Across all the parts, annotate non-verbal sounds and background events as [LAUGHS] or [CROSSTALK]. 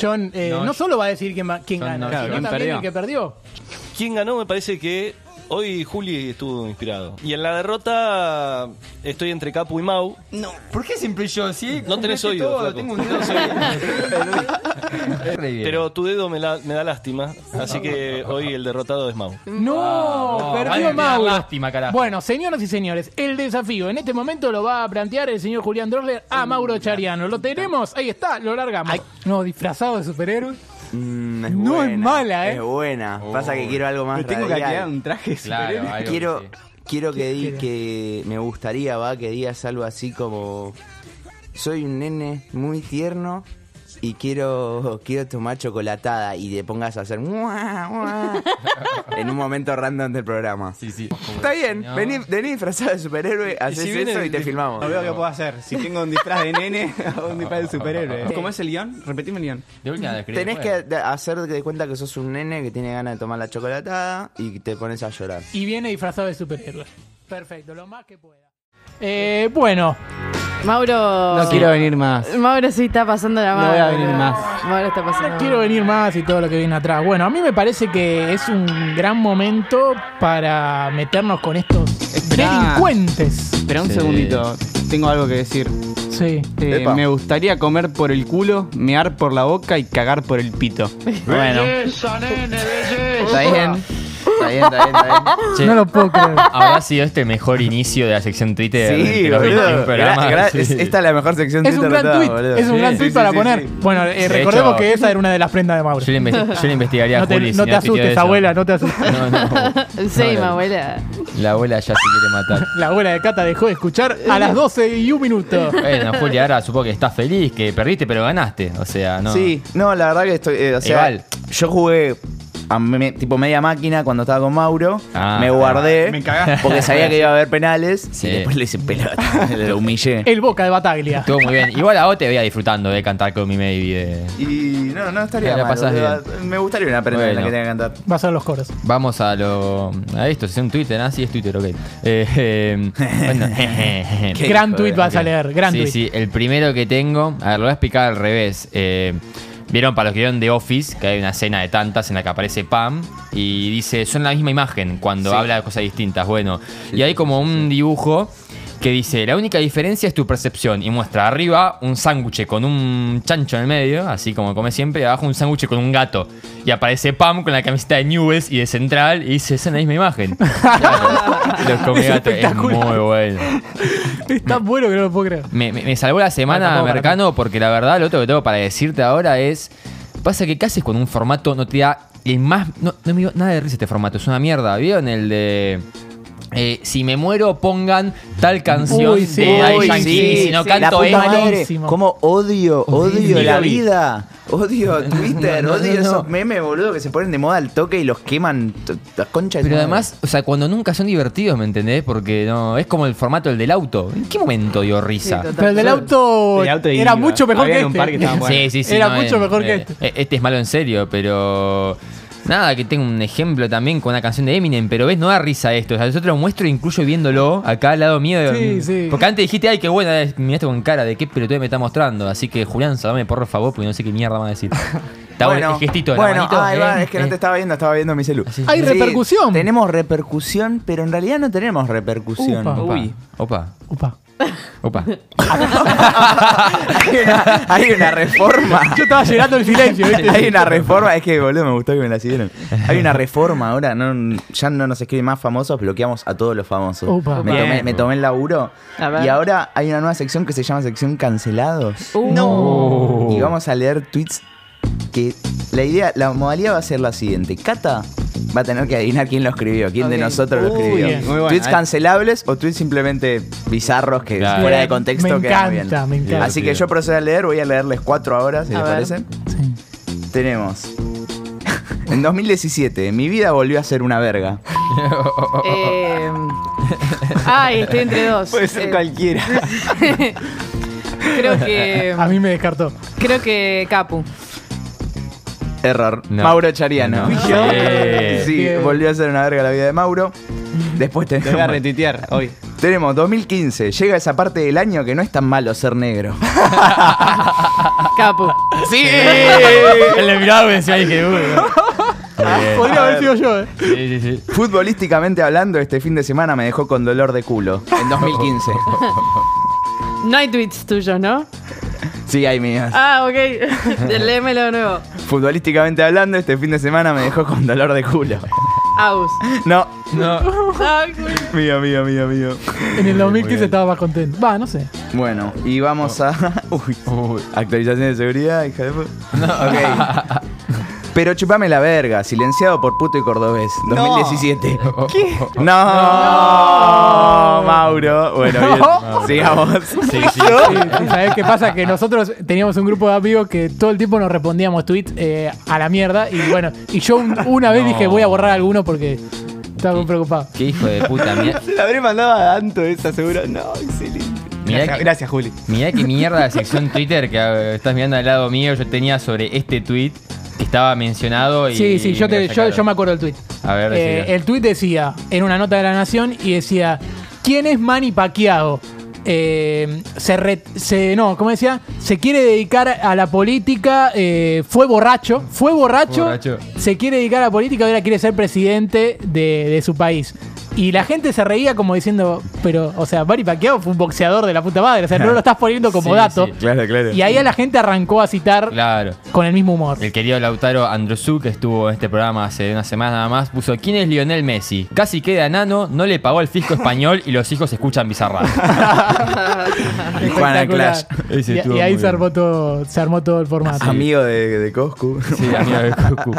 John eh, no, No, solo va a decir quién, va- quién John gana, no, sino claro, quién también perdió. el que perdió. ¿Quién ganó? Me parece que hoy Juli estuvo inspirado. Y en la derrota estoy entre Capu y Mau. No. ¿Por qué siempre yo? Sí, No tenés complete oído, todo, flaco. Tengo un dedo [LAUGHS] solo. Re bien. Pero tu dedo me, la- me da lástima. Así que hoy el derrotado es Mau. No, Ah, no, vale, perdió me da Mauro. lástima, carajo. Bueno, señoras y señores, el desafío en este momento lo va a plantear el señor Julián Drosler Mm, a Mauro Chariano. ¿Lo tenemos? Ahí está, lo largamos. No, disfrazado de superhéroe. Mm, No es buena, mala, ¿eh? Es buena. Pasa que quiero algo más Me tengo que radial. acreedar un traje Claro, superhéroe. algo Quiero, que sí. quiero que, di- que me gustaría, va, que digas algo así como soy un nene muy tierno y quiero quiero tomar chocolatada y te pongas a hacer mua, mua, en un momento random del programa. Sí, sí. Está bien, vení, vení disfrazado de superhéroe, haces viene eso y el te dif- filmamos. No veo qué puedo hacer. Si tengo un disfraz de nene [LAUGHS] o un disfraz de Ah, superhéroe. ¿Cómo es el guión? Repetime el guión. De última describe. Tenés Bueno. que da- hacer de cuenta que sos un nene que tiene ganas de tomar la chocolatada y te pones a llorar. Y viene disfrazado de superhéroe. Perfecto, lo más que pueda. Eh, bueno, Mauro. No quiero venir más. Mauro sí está pasando la No mano. voy a venir más. Mauro está pasando. no la quiero mano. venir más y todo lo que viene atrás. Bueno, a mí me parece que es un gran momento para meternos con estos Esperá. delincuentes. Espera un Sí. segundito, tengo algo que decir. Sí. Eh, Epa. me gustaría comer por el culo, mear por la boca y cagar por el pito. Bueno. Está bien, está bien, está bien, está bien. Che, No lo puedo creer. Habrá sido este mejejor inicio de la sección Twitter. [LAUGHS] Sí, de los boludo. 21 programas, Gra- gra- sí. es- esta es la mejor [LAUGHS] sección Es un gran Twitter de todas, tweet. boludo. Es un Sí, gran sí, tweet sí, para sí, poner. sí. Bueno, eh, De recordemos hecho- que esa era una de las prendas de Mauro. Yo le, investi- yo le investigaría No a te, Juli. si no te me tuiteó asustes, eso. abuela, no te asustes. [LAUGHS] No, no. Sí, No, mi no. abuela. La abuela ya se quiere matar. La abuela de Cata dejó de escuchar a las 12 y un minuto. Bueno, Juli, ahora supongo que estás feliz, que perdiste, pero ganaste. O sea, no. Sí, no, la verdad que estoy. eh, o sea, Igual. yo jugué a me- tipo media máquina cuando estaba con Mauro. Ah, me guardé. Me cagaste. Porque sabía que iba a haber penales. Sí. Y después le hice pelota. [LAUGHS] lo [LAUGHS] humillé. El boca de Bataglia. Estuvo muy bien. Igual a vos te veía disfrutando de cantar con mi baby. de- Y no, no estaría Ahí la mal, pasás boludo. Me gustaría una prenda en la Bueno. que tenga que cantar. Va a ser los coros. Vamos a lo. A esto, si es un Twitter, ¿no? Sí, es Twitter, ok. Eh, [LAUGHS] eh, bueno, [LAUGHS] Qué gran hijo tweet de- vas a Ok. leer, gran sí, tweet. Sí, el primero que tengo, a ver, lo voy a explicar al revés. Eh, Vieron para los que vieron The Office, que hay una escena de tantas en la que aparece Pam y dice, son la misma imagen cuando habla de cosas distintas. Bueno, y hay como un dibujo que dice, la única diferencia es tu percepción y muestra arriba un sándwich con un chancho en el medio, así como come siempre, y abajo un sándwich con un gato. Y aparece Pam con la camiseta de Newells y de Central y dice, es la [LAUGHS] misma imagen. los come gato, es muy bueno. Es tan bueno que no lo puedo creer. Me, me- me salvó la semana, Bueno, tampoco Mercano, porque la verdad, lo otro que tengo para decirte ahora es. Pasa que casi con un formato no te da el más. No, no me dio nada de risa este formato, es una mierda. ¿Vieron el de.? eh, si me muero, pongan tal canción Uy, sí. de Daddy Uy, Yankee, sí, y si no sí, La canto puta esto. madre, Buenísimo. cómo odio, odio Odio. la vida. Odio Twitter, no, no, no, odio no. esos memes, boludo, que se ponen de moda al toque y los queman t- las conchas. de Pero su madre. además, o sea, cuando nunca son divertidos, ¿me entendés? Porque no. Es como el formato del del auto. ¿En qué momento dio risa? Pero el del auto, El auto y era iba. mucho mejor Había que en un este. par que estaban buenos. Sí, sí, sí. Era no, mucho eh, mejor que eh, este. eh, Este es malo en serio, pero. Nada, que tengo un ejemplo también con una canción de Eminem, pero ves, no da risa esto. O sea, yo te lo muestro incluyo viéndolo acá al lado mío. mm, Sí, sí. Porque antes dijiste, ay, qué buena, eh, miraste con cara de qué pelotudo me está mostrando. Así que, Julián, salame por favor, porque no sé qué mierda van a decir. Está bueno, el gestito, de la bueno, manito, ahí eh, va, es que no eh. te estaba viendo, estaba viendo mi celu. Hay repercusión. Tenemos repercusión, pero en realidad no tenemos repercusión. Upa. Opa, Uy. opa, Upa. opa. hay, una, hay una reforma. [LAUGHS] Yo estaba llenando el silencio, ¿viste? [LAUGHS] Hay una reforma, es que boludo, me gustó que me la siguieron. Hay una reforma ahora, no, ya no nos escriben más famosos, bloqueamos a todos los famosos. Upa. Me, Bien. tomé, me tomé el laburo. A ver. Y ahora hay una nueva sección que se llama sección cancelados. Uh, Uh. No. Uh. Y vamos a leer tweets que la idea, la modalidad va a ser la siguiente. Cata va a tener que adivinar quién lo escribió, quién de Ok. nosotros lo Uy, escribió. bien. Muy bueno. eh. tweets Ahí- cancelables o tweets simplemente bizarros que Claro. fuera de Bien. contexto Me quedan encanta, bien. me encanta. Así que yo procedo a leer, voy a leerles cuatro ahora, si A les ver. parece. Tenemos. [LAUGHS] En 2017, mi vida volvió a ser una verga. Eh, ay, estoy entre dos. Puede ser Eh, cualquiera. [LAUGHS] creo que. A mí me descartó. Creo que Capu. Error. No. Mauro [LAUGHS] Chariano. No. Sí, Bien. Sí, Bien. volvió a ser una verga la vida de Mauro. Después Te voy a tenemos. retuitear hoy. Tenemos 2015. Llega esa parte del año que no es tan malo ser negro. Capu. ¡Sí! Él [LAUGHS] le miraba y decía, ay, qué duro. Podría haber sido yo, eh. Sí, sí, sí. Futbolísticamente hablando, este fin de semana me dejó con dolor de culo. En 2015. [LAUGHS] No hay tweets tuyos, ¿no? Sí, hay mías. Ah, ok. [LAUGHS] Léemelo de nuevo. Futbolísticamente hablando, este fin de semana me dejó con dolor de culo. Aus. No, Ah, cool. mío, mío, mío, mío. En el 2015 estaba más contento. Va, no sé. Bueno, y vamos a. Uy, actualización de seguridad, hija de. pu- [LAUGHS] Ok. Pero chupame la verga, silenciado por puto y cordobés, 2017. [LAUGHS] No. Mauro. Bueno, bien. Sigamos. Sí, sí. Sí, sí, ¿Sabés qué pasa? Que nosotros teníamos un grupo de amigos que todo el tiempo nos respondíamos tweets eh, a la mierda. Y bueno, y yo un- una vez No. dije voy a borrar alguno porque estaba muy preocupado. Qué hijo de puta. Mirá, Se [LAUGHS] la habré mandado a Anto esa, seguro. No, excelente. Mirá Gracias, que- gracias, Juli. mirá qué mierda la sección Twitter que eh, estás mirando al lado mío. Yo tenía sobre este tweet que estaba mencionado. Y Sí, sí, yo, me te, lo yo, sacaron. yo me acuerdo del tweet. A ver, Eh, decilo. el tweet decía, en una nota de la Nación, y decía, ¿quién es Manny Pacquiao? Eh, se, re- se- no, ¿cómo decía? Se quiere dedicar a la política, eh, fue borracho, fue borracho, Borracho. se quiere dedicar a la política, ahora quiere ser presidente de, de su país. Y la gente se reía como diciendo, pero, o sea, Manny Pacquiao fue un boxeador de la puta madre, o sea, [LAUGHS] no lo estás poniendo como Sí, dato. sí. Claro, claro. Y ahí a la gente arrancó a citar Claro. con el mismo humor. El querido Lautaro Androsú, que estuvo en este programa hace una semana nada más, puso ¿Quién es Lionel Messi? Casi queda nano, no le pagó al fisco español y los hijos escuchan bizarra. Y Juana Espectacular. Clash. [LAUGHS] Ese Y- estuvo Y, ahí muy se bien. armó, todo, se armó todo el formato. Amigo de, de Coscu. [LAUGHS] Sí, amigo de Cucu.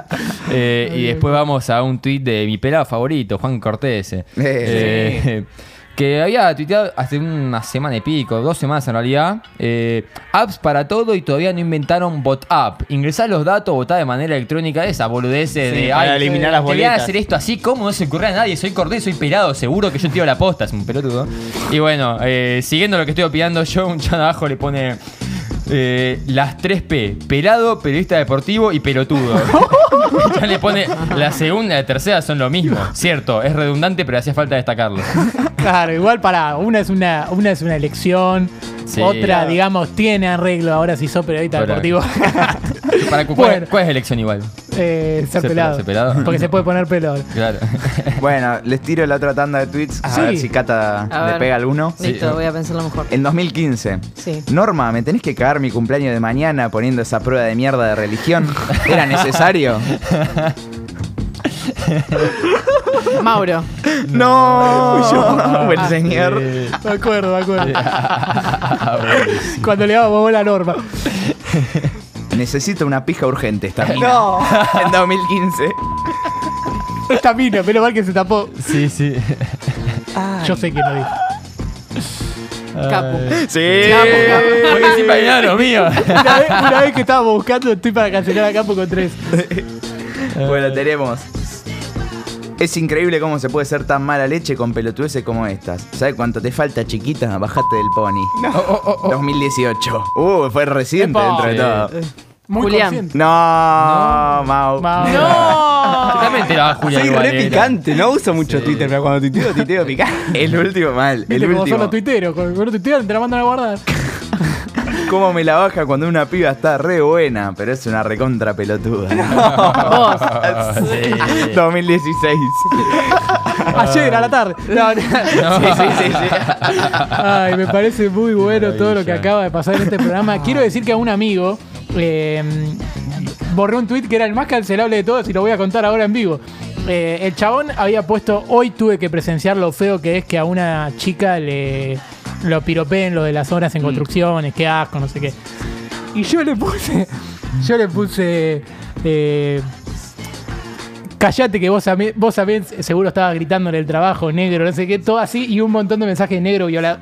Eh, y después vamos a un tuit de mi pelado favorito, Juan Cortés. eh, eh, [LAUGHS] que había tuiteado hace una semana y pico, dos semanas en realidad. eh, apps para todo y todavía no inventaron bot app. Ingresar los datos, votar de manera electrónica, esa boludez de. para "Ay, eh, eliminar las te voy a boletas". hacer esto así, ¿cómo no se ocurre a nadie? Soy Cortés, soy pelado, seguro que yo tiro la posta, es un pelotudo. Y bueno, eh, siguiendo lo que estoy opinando yo, un chan abajo le pone. eh, las 3P, pelado, periodista deportivo y [LAUGHS] pelotudo. Y ya le pone la segunda y la tercera son lo mismo. Cierto, es redundante, pero hacía falta destacarlo. Claro, igual para una es una, una es una elección, Sí. otra, digamos, tiene arreglo ahora si sos periodista Ahora- deportivo. Para cu- Bueno. ¿cuál, cuál es la elección igual? [LAUGHS] Eh, ser Ser pelado. pelado, ser pelado. Porque se puede poner pelado. [LAUGHS] [LAUGHS] Claro. [LAUGHS] Bueno, les tiro la otra tanda de tweets a Sí. ver si Cata A le ver. pega alguno. Listo, voy a pensarlo mejor. En 2015. Sí. Norma, ¿me tenés que cagar mi cumpleaños de mañana poniendo esa prueba de mierda de religión? [LAUGHS] ¿Era necesario? Mauro. ¡No! Ah, eh, Buen señor. De acuerdo, de acuerdo. [LAUGHS] Cuando le daba bola a Norma. Necesito una pija urgente esta mina. No. [LAUGHS] En 2015. Esta mina, menos mal que se tapó. Sí, sí. Yo sé quién lo dijo. Capu. Sí. Eh, Porque encima era lo mío. Una vez, una vez que estábamos buscando, estoy para cancelar a Campo con tres. Bueno, tenemos. Es increíble cómo se puede ser tan mala leche con pelotudeces como estas. ¿Sabes cuánto te falta, chiquita? Bajate del pony. [LAUGHS] 2018. Uh, fue reciente Epa. dentro de Sí. todo. Muy Julián. consciente. No, Mau. Mau. ¡No! También te la va Julia Soy igual, eh, re era. picante, no uso mucho Sí. Twitter, pero cuando tuiteo, tuiteo picante. [LAUGHS] El último mal. Viste El como son último. los tuiteros. Con, con los tuiteros te la mandan a [LAUGHS] guardar. ¿Cómo me la baja cuando una piba está re buena, pero es una recontra [LAUGHS] pelotuda? Vos. Sí. 2016. Ayer, a la tarde. No, no. Sí, sí, sí, sí. Ay, me parece muy bueno todo lo que Maravilla. acaba de pasar en este programa. Quiero decir que a un amigo eh, borró un tweet que era el más cancelable de todos y lo voy a contar ahora en vivo. Eh, el chabón había puesto, hoy tuve que presenciar lo feo que es que a una chica le lo piropeen lo de las obras en construcciones, qué asco, no sé qué. Y yo le puse, yo le puse, eh, Callate que vos, también- vos también seguro estabas gritando en el trabajo, negro, no sé qué, todo así, y un montón de mensajes negro violado.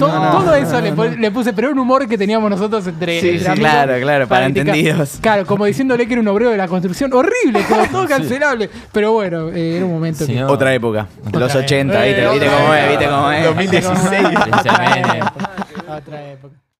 Todo, todo eso le, pon- le puse, pero era un humor que teníamos nosotros entre. Sí, entre sí, amigos claro, claro, para criticar. entendidos. Claro, como diciéndole que era un obrero de la construcción. Horrible, todo, todo cancelable. Pero bueno, eh, era un momento Sí, que. no. Otra época. Los Otra 80, época. ¿viste? ¿Viste cómo es? ¿Viste cómo es? 2016. Otra Precisamente. época. Otra época.